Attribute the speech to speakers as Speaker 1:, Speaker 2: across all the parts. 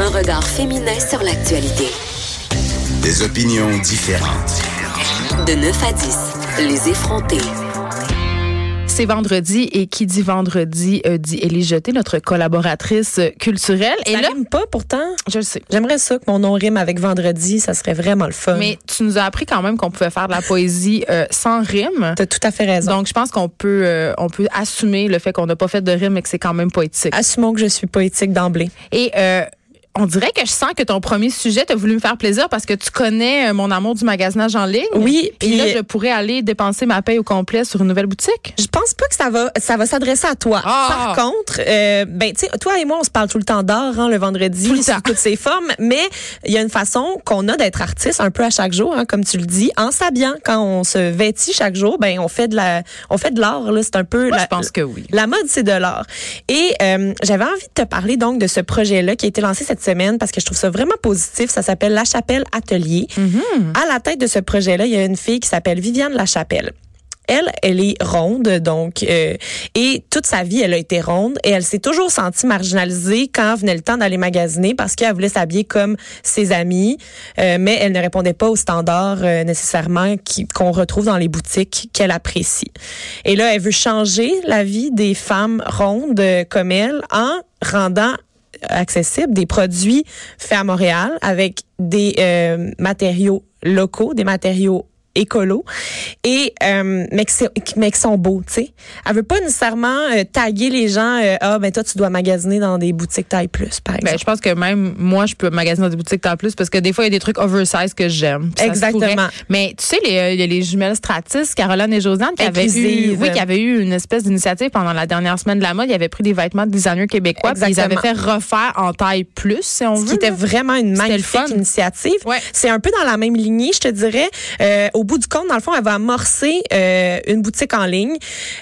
Speaker 1: Un regard féminin sur l'actualité.
Speaker 2: Des opinions différentes.
Speaker 1: De 9 à 10, les effrontés.
Speaker 3: C'est vendredi et qui dit vendredi euh, dit Élie Jeté, notre collaboratrice euh, culturelle.
Speaker 4: Ça
Speaker 3: et là,
Speaker 4: rime pas pourtant.
Speaker 3: je le sais.
Speaker 4: J'aimerais ça que mon nom rime avec vendredi, ça serait vraiment le fun.
Speaker 3: Mais tu nous as appris quand même qu'on pouvait faire de la poésie euh, sans rime.
Speaker 4: t'as tout à fait raison.
Speaker 3: Donc je pense qu'on peut euh, on peut assumer le fait qu'on n'a pas fait de rime mais que c'est quand même poétique.
Speaker 4: assumons que je suis poétique d'emblée.
Speaker 3: Et euh, on dirait que je sens que ton premier sujet t'a voulu me faire plaisir parce que tu connais euh, mon amour du magasinage en ligne.
Speaker 4: Oui,
Speaker 3: Et
Speaker 4: puis-
Speaker 3: là, je pourrais aller dépenser ma paye au complet sur une nouvelle boutique.
Speaker 4: Je pense pas que ça va, ça va s'adresser à toi.
Speaker 3: Ah!
Speaker 4: Par contre, euh, ben tu sais, toi et moi, on se parle tout le temps d'art, hein, le vendredi,
Speaker 3: Tout le
Speaker 4: sous
Speaker 3: temps.
Speaker 4: toutes ses formes. Mais il y a une façon qu'on a d'être artiste un peu à chaque jour, hein, comme tu le dis, en s'habillant. Quand on se vêtit chaque jour, ben on fait de la, on fait de l'art. Là, c'est un peu.
Speaker 3: Moi,
Speaker 4: la-
Speaker 3: je pense que oui.
Speaker 4: La mode, c'est de l'art. Et euh, j'avais envie de te parler donc de ce projet-là qui a été lancé cette semaine parce que je trouve ça vraiment positif. Ça s'appelle La Chapelle Atelier. À la tête de ce projet-là, il y a une fille qui s'appelle Viviane La Chapelle. Elle, elle est ronde, donc, euh, et toute sa vie, elle a été ronde, et elle s'est toujours sentie marginalisée quand venait le temps d'aller magasiner parce qu'elle voulait s'habiller comme ses amis, euh, mais elle ne répondait pas aux standards euh, nécessairement qui- qu'on retrouve dans les boutiques qu'elle apprécie. Et là, elle veut changer la vie des femmes rondes euh, comme elle en rendant accessible des produits faits à Montréal avec des euh, matériaux locaux, des matériaux écolos, et euh, mais qui c'est- mais qui sont beaux, tu sais. Elle veut pas nécessairement euh, taguer les gens. euh, ah ben toi tu dois magasiner dans des boutiques taille plus, par exemple.
Speaker 3: Ben, je pense que même moi, je peux magasiner dans des boutiques en plus parce que des fois, il y a des trucs oversize que j'aime. Puis ça se
Speaker 4: Exactement.
Speaker 3: pourrait. Mais tu sais, les, euh, il y a les jumelles Stratis, Caroline et Josiane, qui avaient, eu,
Speaker 4: Inclusive.
Speaker 3: oui, qui avaient eu une espèce d'initiative pendant la dernière semaine de la mode. Ils avaient pris des vêtements de designers québécois puis ils avaient
Speaker 4: Exactement.
Speaker 3: fait refaire en taille plus, si on
Speaker 4: Ce
Speaker 3: veut.
Speaker 4: qui était
Speaker 3: là.
Speaker 4: vraiment une
Speaker 3: C'était le
Speaker 4: magnifique
Speaker 3: fun.
Speaker 4: initiative.
Speaker 3: Ouais.
Speaker 4: C'est un peu dans la même lignée, je te dirais. Euh, au bout du compte, dans le fond, elle va amorcer euh, une boutique en ligne.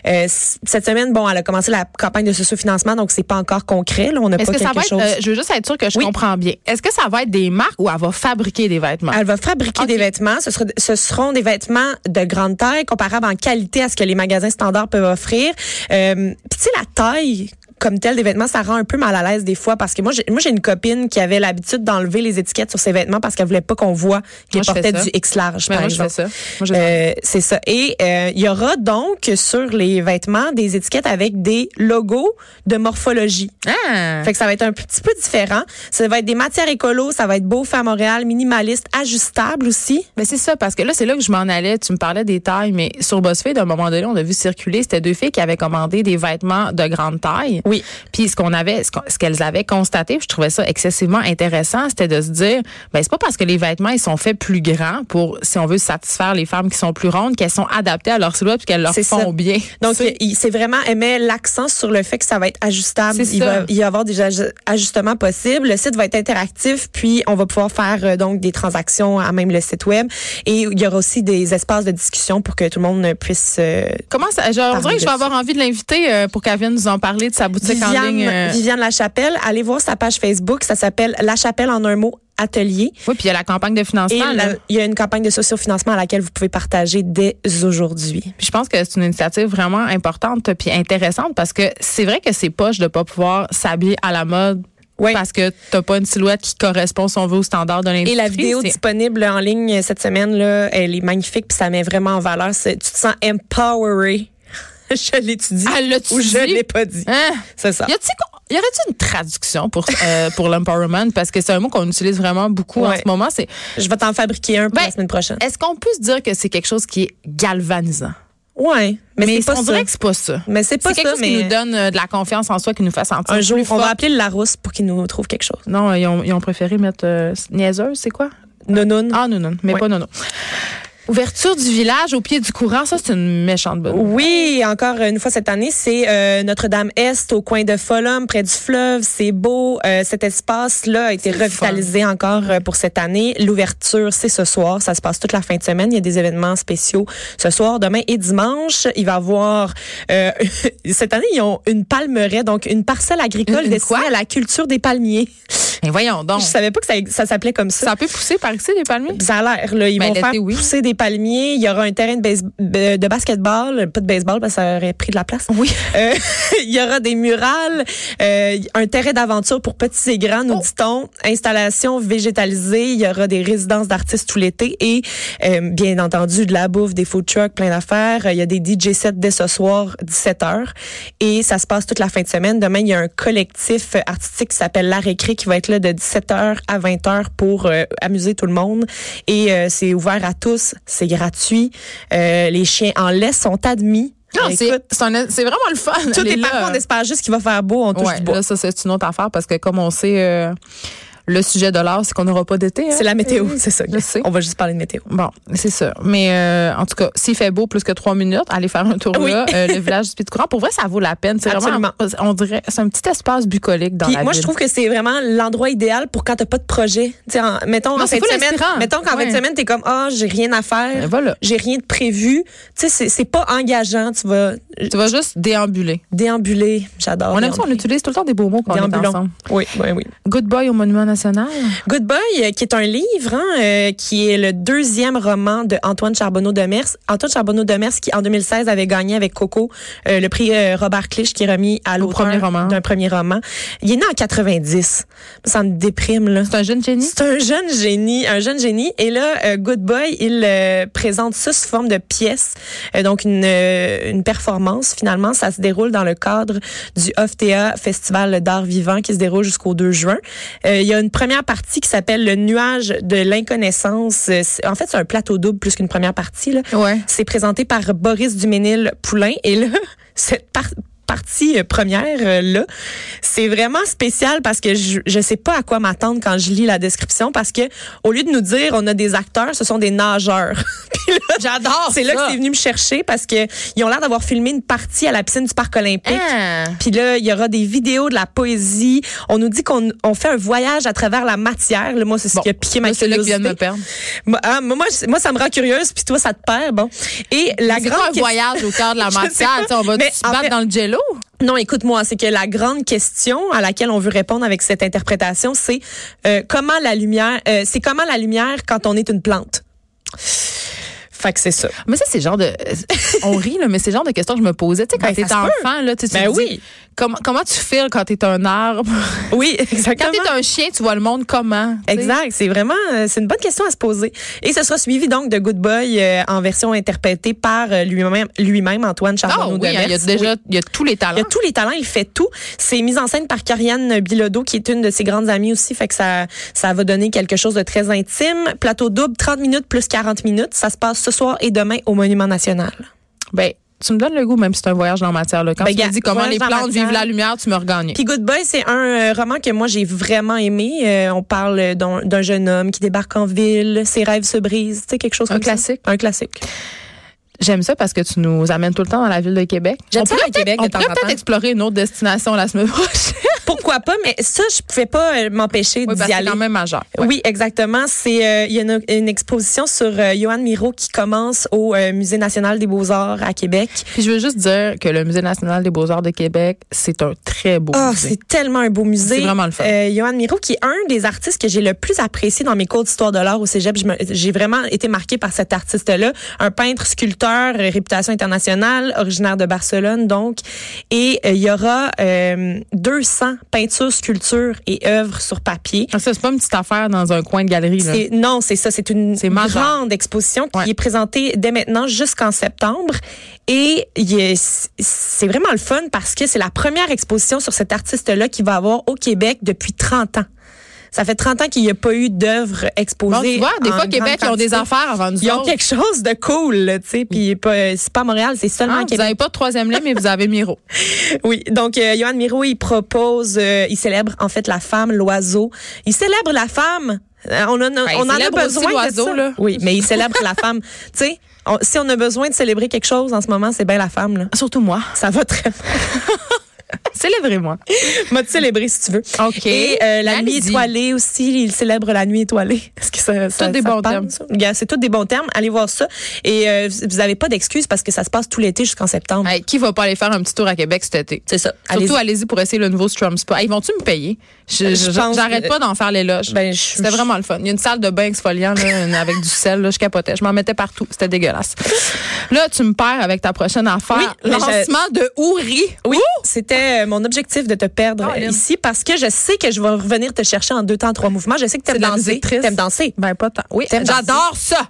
Speaker 4: Euh, c- cette semaine, bon, elle a commencé la campagne de sociofinancement, donc c'est pas encore concret. Là, on n'a pas
Speaker 3: Est-ce que
Speaker 4: quelque
Speaker 3: ça va être,
Speaker 4: chose.
Speaker 3: euh, je veux juste être sûre que je
Speaker 4: Oui.
Speaker 3: comprends bien. Est-ce que ça va être des marques ou elle va fabriquer des vêtements?
Speaker 4: Elle va fabriquer
Speaker 3: Ok.
Speaker 4: des vêtements. Ce, sera- ce seront des vêtements de grande taille, comparables en qualité à ce que les magasins standards peuvent offrir. Euh, Puis tu sais, la taille comme telle des vêtements, ça rend un peu mal à l'aise des fois parce que moi, j'ai, moi, j'ai une copine qui avait l'habitude d'enlever les étiquettes sur ses vêtements parce qu'elle voulait pas qu'on voit
Speaker 3: Moi,
Speaker 4: qu'elle
Speaker 3: je fais
Speaker 4: portait
Speaker 3: ça.
Speaker 4: du X large,
Speaker 3: Mais
Speaker 4: par
Speaker 3: Ben, moi, je fais
Speaker 4: exemple.
Speaker 3: ça. Moi, je-
Speaker 4: Euh, c'est ça. Et euh, il y aura donc sur les vêtements des étiquettes avec des logos de morphologie.
Speaker 3: Ah!
Speaker 4: Fait que ça va être un petit peu différent. Ça va être des matières écolo, ça va être beau fait à Montréal, minimaliste, ajustable aussi.
Speaker 3: Ben c'est ça, parce que là, c'est là que je m'en allais. Tu me parlais des tailles, mais sur BuzzFeed, à un moment donné, on a vu circuler, c'était deux filles qui avaient commandé des vêtements de grande taille.
Speaker 4: Oui.
Speaker 3: Puis ce qu'on avait, ce qu'on- ce qu'elles avaient constaté, puis je trouvais ça excessivement intéressant, c'était de se dire, ben c'est pas parce que les vêtements, ils sont faits plus grands pour, si on veut, satisfaire les femmes qui sont plus rondes, qu'elles sont adaptées à leur silhouette puis qu'elles leur
Speaker 4: C'est
Speaker 3: font
Speaker 4: ça.
Speaker 3: bien.
Speaker 4: Donc,
Speaker 3: Tu sais,
Speaker 4: il- c'est vraiment, elle met l'accent sur le fait que ça va être ajustable.
Speaker 3: C'est
Speaker 4: Il
Speaker 3: ça.
Speaker 4: va y avoir des aj- ajustements possibles. Le site va être interactif, puis on va pouvoir faire euh, donc des transactions à même le site web. Et il y aura aussi des espaces de discussion pour que tout le monde euh, puisse euh,
Speaker 3: comment ça, genre, on dirait que je vais avoir envie de l'inviter euh, pour qu'elle vienne nous en parler de sa boutique en
Speaker 4: Viviane,
Speaker 3: ligne. euh.
Speaker 4: Viviane Lachapelle, allez voir sa page Facebook. Ça s'appelle La Chapelle en un mot atelier.
Speaker 3: Oui, puis il y a la campagne de
Speaker 4: Et
Speaker 3: financement. là.
Speaker 4: la- il y a une campagne de sociofinancement à laquelle vous pouvez partager dès aujourd'hui.
Speaker 3: Puis je pense que c'est une initiative vraiment importante puis intéressante parce que c'est vrai que c'est poche de pas pouvoir s'habiller à la mode
Speaker 4: Oui.
Speaker 3: parce que t'as pas une silhouette qui correspond, si on veut, aux standards de l'industrie.
Speaker 4: Et la vidéo
Speaker 3: C'est-
Speaker 4: disponible en ligne cette semaine, là, elle est magnifique puis ça met vraiment en valeur. C'est- Tu te sens empoweré. je l'étudie.
Speaker 3: Ah, l'as-tu
Speaker 4: Ou je
Speaker 3: dit?
Speaker 4: l'ai pas dit.
Speaker 3: Hein?
Speaker 4: C'est ça.
Speaker 3: Y a-t-il qu'on- y aurait-tu une traduction pour, euh, pour l'empowerment? Parce que c'est un mot qu'on utilise vraiment beaucoup en
Speaker 4: Ouais.
Speaker 3: ce moment. C'est,
Speaker 4: Je vais t'en fabriquer un pour
Speaker 3: Ben,
Speaker 4: la semaine prochaine.
Speaker 3: est-ce qu'on peut se dire que c'est quelque chose qui est galvanisant?
Speaker 4: Ouais, mais, c'est pas
Speaker 3: on
Speaker 4: ça.
Speaker 3: dirait que c'est pas ça.
Speaker 4: Mais c'est pas
Speaker 3: c'est quelque
Speaker 4: ça,
Speaker 3: chose qui
Speaker 4: mais
Speaker 3: nous donne euh, de la confiance en soi, qui nous fait sentir
Speaker 4: un jour,
Speaker 3: plus
Speaker 4: on va
Speaker 3: fortes.
Speaker 4: appeler le Larousse pour qu'il nous trouve quelque chose.
Speaker 3: Non, ils ont, ils ont préféré mettre euh, niaiseuse, c'est quoi?
Speaker 4: Non, non.
Speaker 3: Ah, non, non, mais
Speaker 4: Ouais.
Speaker 3: pas non, non. Ouverture du village au pied du courant, ça, c'est une méchante bonne.
Speaker 4: Oui, encore une fois cette année, c'est euh, Notre-Dame-Est au coin de Folum, près du fleuve. C'est beau. Euh, cet espace-là a été
Speaker 3: C'est le
Speaker 4: revitalisé encore euh, pour cette année. L'ouverture, c'est ce soir. Ça se passe toute la fin de semaine. Il y a des événements spéciaux ce soir, demain et dimanche. Il va y avoir... euh, cette année, ils ont une palmeraie, donc une parcelle agricole
Speaker 3: Une- une
Speaker 4: destinée
Speaker 3: quoi?
Speaker 4: à la culture des palmiers.
Speaker 3: Mais voyons donc.
Speaker 4: Je savais pas que ça, ça s'appelait comme ça.
Speaker 3: Ça peut pousser par ici, les palmiers?
Speaker 4: Ça a l'air, là. Ils
Speaker 3: Ben,
Speaker 4: vont
Speaker 3: l'été,
Speaker 4: faire
Speaker 3: oui.
Speaker 4: pousser des palmiers. Il y aura un terrain de, base- de de basketball. Pas de baseball, parce que ça aurait pris de la place.
Speaker 3: Oui.
Speaker 4: Euh, il y aura des murales, euh, un terrain d'aventure pour petits et grands, nous
Speaker 3: Oh.
Speaker 4: dit-on. Installation végétalisée. Il y aura des résidences d'artistes tout l'été et, euh, bien entendu, de la bouffe, des food trucks, plein d'affaires. Euh, Il y a des DJ sets dès ce soir, 17h. Et ça se passe toute la fin de semaine. Demain, il y a un collectif euh, artistique qui s'appelle La Récré qui va être là de 17h à 20h pour euh, amuser tout le monde. Et euh, c'est ouvert à tous. C'est gratuit. Euh, les chiens en laisse sont admis.
Speaker 3: Non,
Speaker 4: Euh,
Speaker 3: Ah, c'est
Speaker 4: écoute,
Speaker 3: c'est un- c'est vraiment le fun.
Speaker 4: tout
Speaker 3: aller
Speaker 4: est
Speaker 3: là. euh,
Speaker 4: parfait, on espère juste qu'il va faire beau, on touche
Speaker 3: Ouais,
Speaker 4: du bois.
Speaker 3: là, ça, c'est une autre affaire parce que, comme on sait, euh, le sujet de l'art, c'est qu'on n'aura pas d'été. hein.
Speaker 4: C'est la météo, c'est ça.
Speaker 3: Je sais.
Speaker 4: On va juste parler de météo.
Speaker 3: Bon, c'est ça. Mais euh, en tout cas, s'il fait beau plus que trois minutes, allez faire un tour
Speaker 4: Oui.
Speaker 3: là, euh, le village du Pied de Courant. Pour vrai, ça vaut la peine. C'est vraiment, on dirait, c'est un petit espace bucolique dans
Speaker 4: Puis
Speaker 3: la
Speaker 4: moi, je
Speaker 3: ville.
Speaker 4: trouve que c'est vraiment l'endroit idéal pour quand t'as pas de projet. Tu sais, en- mettons,
Speaker 3: Non,
Speaker 4: en
Speaker 3: c'est
Speaker 4: fin de
Speaker 3: full
Speaker 4: semaine,
Speaker 3: inspirant.
Speaker 4: mettons qu'en
Speaker 3: Ouais.
Speaker 4: fin de semaine, t'es comme, ah, j'ai rien
Speaker 3: Ben
Speaker 4: à faire.
Speaker 3: voilà.
Speaker 4: J'ai rien de prévu. Tu sais, c'est- c'est pas engageant. Tu vas
Speaker 3: Tu vas juste déambuler.
Speaker 4: Oh, déambuler. J'adore.
Speaker 3: On aime ça, on utilise tout le temps des beaux mots qu'on est
Speaker 4: Déambulant.
Speaker 3: ensemble.
Speaker 4: Oui, oui, oui.
Speaker 3: Good Boy au Monument National.
Speaker 4: Good Boy, euh, qui est un livre, hein, euh, qui est le deuxième roman de Antoine Charbonneau de Mers. Antoine Charbonneau de Mers, qui en 2016 avait gagné avec Coco euh, le prix euh, Robert Clich, qui est remis à l'auteur
Speaker 3: premier roman.
Speaker 4: d'un premier roman. Il est né en 90. Ça me déprime là.
Speaker 3: C'est un jeune génie.
Speaker 4: C'est un jeune génie, un jeune génie. Et là, euh, Good Boy, il euh, présente ça sous forme de pièce, Euh, donc une, euh, une performance. Finalement, ça se déroule dans le cadre du OFTA Festival d'art vivant qui se déroule jusqu'au 2 juin. Euh, il y a une première partie qui s'appelle Le nuage de l'inconnaissance. Euh, c'est- En fait, c'est un plateau double plus qu'une première partie. Là.
Speaker 3: Ouais.
Speaker 4: C'est présenté par Boris Duménil Poulain. Et là, cette par- partie euh, première euh, là, c'est vraiment spécial parce que je je sais pas à quoi m'attendre quand je lis la description parce que au lieu de nous dire on a des acteurs, ce sont des nageurs. Puis là,
Speaker 3: J'adore.
Speaker 4: c'est là que c'est venu me chercher parce que ils ont l'air d'avoir filmé une partie à la piscine du parc olympique.
Speaker 3: Ah. Hein?
Speaker 4: Puis là, il y aura des vidéos, de la poésie. On nous dit qu'on on fait un voyage à travers la matière. Là, moi, c'est ce qui a piqué ma
Speaker 3: c'est là que
Speaker 4: curiosité.
Speaker 3: vient de me perdre.
Speaker 4: Moi, ah, moi, moi, je- moi, ça me rend curieuse, puis toi, ça te perd. Bon. Et la
Speaker 3: C'est quoi
Speaker 4: grande.
Speaker 3: un
Speaker 4: question-
Speaker 3: voyage au cœur de la
Speaker 4: Je sais
Speaker 3: matière?
Speaker 4: pas.
Speaker 3: Tu sais, On va
Speaker 4: Mais
Speaker 3: se
Speaker 4: en
Speaker 3: battre
Speaker 4: fait-
Speaker 3: dans le jello?
Speaker 4: Non, écoute-moi, c'est que la grande question à laquelle on veut répondre avec cette interprétation, c'est euh, comment la lumière. euh, c'est comment la lumière quand on est une plante. Fait que c'est ça.
Speaker 3: Mais ça, c'est le genre de. On rit, là, mais c'est le genre de questions que je me posais. Tu sais, quand
Speaker 4: Ben, ça
Speaker 3: t'es
Speaker 4: se peut.
Speaker 3: enfant, là, tu sais, tu
Speaker 4: Ben
Speaker 3: te dis,
Speaker 4: oui.
Speaker 3: Comment, comment tu files quand t'es un arbre?
Speaker 4: Oui,
Speaker 3: Quand
Speaker 4: exactement.
Speaker 3: t'es un chien, tu vois le monde comment? tu sais?
Speaker 4: Exact, c'est vraiment euh, c'est une bonne question à se poser. Et ce sera suivi donc de Good Boy euh, en version interprétée par euh, lui-même lui-même Antoine
Speaker 3: Ah
Speaker 4: Charbonneau
Speaker 3: oui, hein,
Speaker 4: de
Speaker 3: il y a
Speaker 4: Metz.
Speaker 3: déjà il y a tous les
Speaker 4: Il y
Speaker 3: talents.
Speaker 4: a tous les talents, il fait tout. C'est mis en scène par Carianne Bilodeau, qui est une de ses grandes amies aussi, fait que ça, ça va donner quelque chose de très intime. Plateau double, 30 minutes plus 40 minutes. Ça se passe ce soir et demain au Monument National.
Speaker 3: Ben, tu me donnes le goût, même si c'est un voyage dans la matière. Là. Quand
Speaker 4: Ben,
Speaker 3: tu me
Speaker 4: gars,
Speaker 3: dis comment
Speaker 4: voyage
Speaker 3: les
Speaker 4: dans la
Speaker 3: plantes
Speaker 4: matière.
Speaker 3: vivent la lumière, tu me regagnes.
Speaker 4: Puis Good Boy, c'est un euh, roman que moi j'ai vraiment aimé. Euh, on parle d'un d'un jeune homme qui débarque en ville, ses rêves se brisent, tu sais quelque chose
Speaker 3: Un
Speaker 4: comme ça.
Speaker 3: classique.
Speaker 4: Un classique.
Speaker 3: J'aime ça parce que tu nous amènes tout le temps dans la ville de Québec.
Speaker 4: J'aime
Speaker 3: On
Speaker 4: ça,
Speaker 3: pourrait
Speaker 4: le
Speaker 3: peut-être-
Speaker 4: Québec, de
Speaker 3: On
Speaker 4: temps
Speaker 3: pourrait
Speaker 4: en
Speaker 3: peut-être
Speaker 4: temps.
Speaker 3: explorer une autre destination la semaine prochaine.
Speaker 4: Pourquoi pas Mais ça, je pouvais pas euh, m'empêcher
Speaker 3: oui, parce
Speaker 4: d'y
Speaker 3: que c'est
Speaker 4: aller.
Speaker 3: quand même majeur. Ouais.
Speaker 4: Oui, exactement. C'est euh, il y a une, une exposition sur euh, Johan Miro qui commence au euh, Musée national des beaux-arts à Québec.
Speaker 3: Puis je veux juste dire que le Musée national des beaux-arts de Québec, c'est un très beau
Speaker 4: Ah,
Speaker 3: musée.
Speaker 4: c'est tellement un beau musée.
Speaker 3: C'est vraiment le fun.
Speaker 4: Euh, Johan Miro, qui est un des artistes que j'ai le plus apprécié dans mes cours d'histoire de l'art au cégep. Je me- J'ai vraiment été marquée par cet artiste-là. Un peintre, sculpteur, euh, réputation internationale, originaire de Barcelone, donc. Et euh, il y aura euh, 200 peintures, sculptures et œuvres sur papier.
Speaker 3: Ah, Ça, c'est pas une petite affaire dans un coin de galerie. Là.
Speaker 4: C'est- Non, c'est ça. C'est une
Speaker 3: C'est majeur.
Speaker 4: grande exposition qui
Speaker 3: Ouais.
Speaker 4: est présentée dès maintenant jusqu'en septembre. Et il y a- c'est vraiment le fun parce que c'est la première exposition sur cet artiste-là qui va avoir au Québec depuis 30 ans. Ça fait 30 ans qu'il n'y a pas eu d'œuvre exposée.
Speaker 3: Bon, tu vois, des
Speaker 4: en
Speaker 3: fois, Québec,
Speaker 4: grande
Speaker 3: ils ont des
Speaker 4: quantité.
Speaker 3: affaires avant nous
Speaker 4: Ils ont
Speaker 3: autres.
Speaker 4: quelque chose de cool, tu sais. Puis pas- c'est pas à Montréal, c'est seulement
Speaker 3: Ah,
Speaker 4: à
Speaker 3: vous
Speaker 4: Québec.
Speaker 3: n'avez pas de troisième lait, mais vous avez Miro.
Speaker 4: Oui, donc euh, Johan Miro, il propose, euh, il célèbre en fait la femme, l'oiseau. Il célèbre la femme. Euh, on, en a,
Speaker 3: Ben, il
Speaker 4: on en a
Speaker 3: célèbre aussi
Speaker 4: besoin de
Speaker 3: l'oiseau,
Speaker 4: ça.
Speaker 3: là.
Speaker 4: Oui, mais il célèbre la femme. Tu sais, on- si on a besoin de célébrer quelque chose en ce moment, c'est bien la femme. Là.
Speaker 3: Surtout moi.
Speaker 4: Ça va très bien.
Speaker 3: Célébrez-moi.
Speaker 4: Moi, te célébrer si tu veux.
Speaker 3: OK.
Speaker 4: Et euh, la nuit
Speaker 3: Allez-y.
Speaker 4: étoilée aussi, il célèbre la nuit étoilée. Est-ce que ça, ça
Speaker 3: Tous des
Speaker 4: ça
Speaker 3: bons
Speaker 4: te parle,
Speaker 3: termes.
Speaker 4: ça? Regarde, C'est tous des bons termes. Allez voir ça. Et euh, vous n'avez pas d'excuses parce que ça se passe tout l'été jusqu'en septembre.
Speaker 3: Hey, qui va pas aller faire un petit tour à Québec cet été?
Speaker 4: C'est ça.
Speaker 3: Surtout,
Speaker 4: Allez-y.
Speaker 3: allez-y pour essayer le nouveau Strum Spa. Hey, vont-tu me payer? Je-
Speaker 4: Je
Speaker 3: je-
Speaker 4: pense-
Speaker 3: J'arrête pas d'en faire l'éloge.
Speaker 4: Ben, je-
Speaker 3: C'était vraiment le fun. Il y a une salle de bain exfoliant là, une- avec du sel. Là, je capotais. Je m'en mettais partout. C'était dégueulasse. Là, tu me perds avec ta prochaine affaire.
Speaker 4: Oui, mais je-
Speaker 3: Lancement de Ouri.
Speaker 4: Oui, c'était euh, mon objectif de te perdre
Speaker 3: Colin.
Speaker 4: euh, ici parce que je sais que je vais revenir te chercher en deux temps, trois mouvements. Je sais que
Speaker 3: C'est
Speaker 4: t'aimes
Speaker 3: de la
Speaker 4: danser.
Speaker 3: musique triste.
Speaker 4: T'aimes danser.
Speaker 3: Ben, pas tant. Oui,
Speaker 4: T'aimes
Speaker 3: j'adore ça.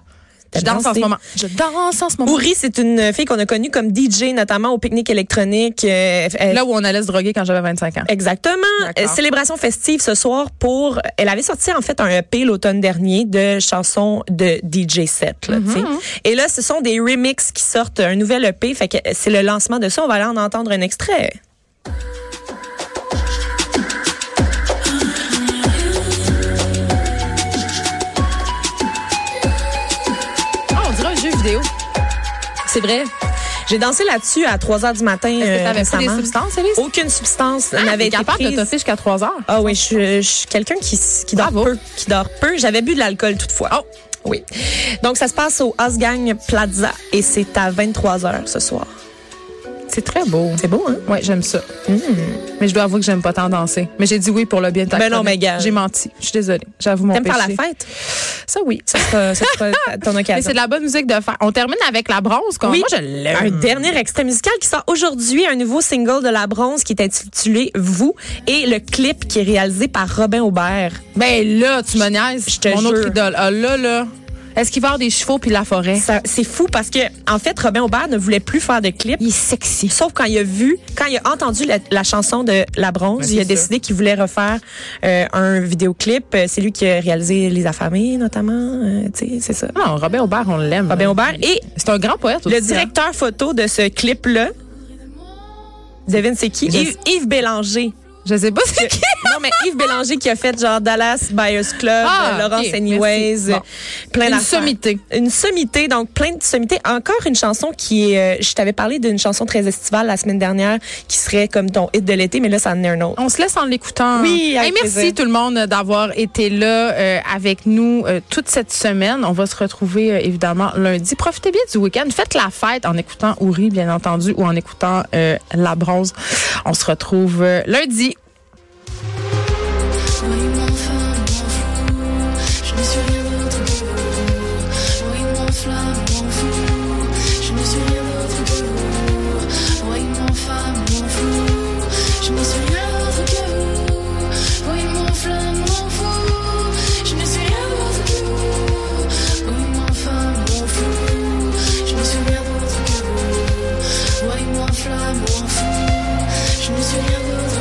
Speaker 3: Je
Speaker 4: T'aimes
Speaker 3: danse en ce
Speaker 4: danser.
Speaker 3: moment. Je danse en ce moment.
Speaker 4: Ouri, c'est une fille qu'on a connue comme DJ, notamment au pique-nique électronique. euh, elle-
Speaker 3: Là où on allait se droguer quand j'avais 25 ans.
Speaker 4: Exactement.
Speaker 3: D'accord.
Speaker 4: Euh, Célébration festive ce soir pour. euh, Elle avait sorti en fait un EP l'automne dernier de chansons de DJ set. là, tu sais.
Speaker 3: Mm-hmm.
Speaker 4: Et là, ce sont des remixes qui sortent un nouvel EP. Fait que euh, c'est le lancement de ça. On va aller en entendre un extrait. Eh,
Speaker 3: Ah, on dirait un jeu vidéo.
Speaker 4: C'est vrai. J'ai dansé là-dessus à 3 heures du matin.
Speaker 3: Est-ce que
Speaker 4: euh,
Speaker 3: t'avais pris des
Speaker 4: récemment.
Speaker 3: substances, Elise?
Speaker 4: Aucune substance
Speaker 3: Ah,
Speaker 4: n'avait
Speaker 3: t'es
Speaker 4: été
Speaker 3: capable
Speaker 4: prise.
Speaker 3: de toffer jusqu'à 3 heures.
Speaker 4: Ah oui, je, suis- je suis quelqu'un qui, s- qui dort
Speaker 3: Bravo.
Speaker 4: peu, qui dort peu. J'avais bu de l'alcool toutefois. Oh. Oui. Donc ça se passe au Asgang Plaza et c'est à 23h ce soir.
Speaker 3: C'est très beau.
Speaker 4: C'est beau hein
Speaker 3: Oui, j'aime ça. Hmm. Mais je dois avouer que j'aime pas tant danser. Mais j'ai dit oui pour le bien de ta
Speaker 4: Ben non,
Speaker 3: chronique.
Speaker 4: mais gars.
Speaker 3: J'ai menti. Je suis désolée. J'avoue mon
Speaker 4: T'aimes faire la
Speaker 3: péché.
Speaker 4: fête
Speaker 3: Ça, oui.
Speaker 4: Ça sera, ça sera ta- ton
Speaker 3: Mais
Speaker 4: occasion.
Speaker 3: c'est de la bonne musique de faire. On termine avec la bronze. Quoi.
Speaker 4: Oui,
Speaker 3: Moi, je l'aime.
Speaker 4: Un dernier extrait musical qui sort aujourd'hui, un nouveau single de La Bronze qui est intitulé Vous et le clip qui est réalisé par Robin Aubert.
Speaker 3: Ben là, tu me niaises.
Speaker 4: je te
Speaker 3: Mon autre
Speaker 4: jure.
Speaker 3: idole. Ah, là, là. Est-ce qu'il va y avoir des chevaux puis la forêt?
Speaker 4: Ça- C'est fou parce que en fait Robin Aubert ne voulait plus faire de clip.
Speaker 3: Il est sexy.
Speaker 4: Sauf quand il a vu, quand il a entendu la, la chanson de La Bronze,
Speaker 3: Ben, c'est
Speaker 4: il a
Speaker 3: ça.
Speaker 4: décidé qu'il voulait refaire euh, un vidéoclip. Euh, C'est lui qui a réalisé Les Affamés, notamment. euh, tu sais, c'est ça.
Speaker 3: Non, Robin Aubert, on l'aime.
Speaker 4: Robin Aubert. Et
Speaker 3: C'est un grand poète aussi.
Speaker 4: le
Speaker 3: hein.
Speaker 4: directeur photo de ce clip-là, devine c'est qui?
Speaker 3: Je-
Speaker 4: Yves, Yves Bélanger.
Speaker 3: Je sais pas c'est qui.
Speaker 4: non, mais Yves Bélanger qui a fait genre Dallas Buyers Club,
Speaker 3: Ah,
Speaker 4: euh, Laurence
Speaker 3: ok,
Speaker 4: Anyways,
Speaker 3: merci. Bon.
Speaker 4: euh, plein
Speaker 3: Une
Speaker 4: d'affaires.
Speaker 3: sommité.
Speaker 4: Une sommité, donc plein de sommités. Encore une chanson qui est, euh, je t'avais parlé d'une chanson très estivale la semaine dernière qui serait comme ton hit de l'été, mais là, ça en est un autre.
Speaker 3: On se laisse en l'écoutant.
Speaker 4: Oui, avec
Speaker 3: Hey, merci
Speaker 4: plaisir.
Speaker 3: tout le monde d'avoir été là euh, avec nous euh, toute cette semaine. On va se retrouver euh, évidemment lundi. Profitez bien du week-end. Faites la fête en écoutant Ouri, bien entendu, ou en écoutant euh, La Bronze. On se retrouve euh, lundi.
Speaker 5: Soyez-moi enfin mon flou, je ne suis rien d'autre que vous. Soyez-moi en flamme, mon flou, je ne suis rien d'autre que vous. Soyez-moi enfin mon flou, je ne suis rien d'autre que vous. Soyez-moi en flamme, mon flou, je ne suis rien d'autre que vous. Soyez-moi enfin mon flou, je ne suis rien d'autre que vous. Soyez-moi en flamme, mon flou, je ne suis rien d'autre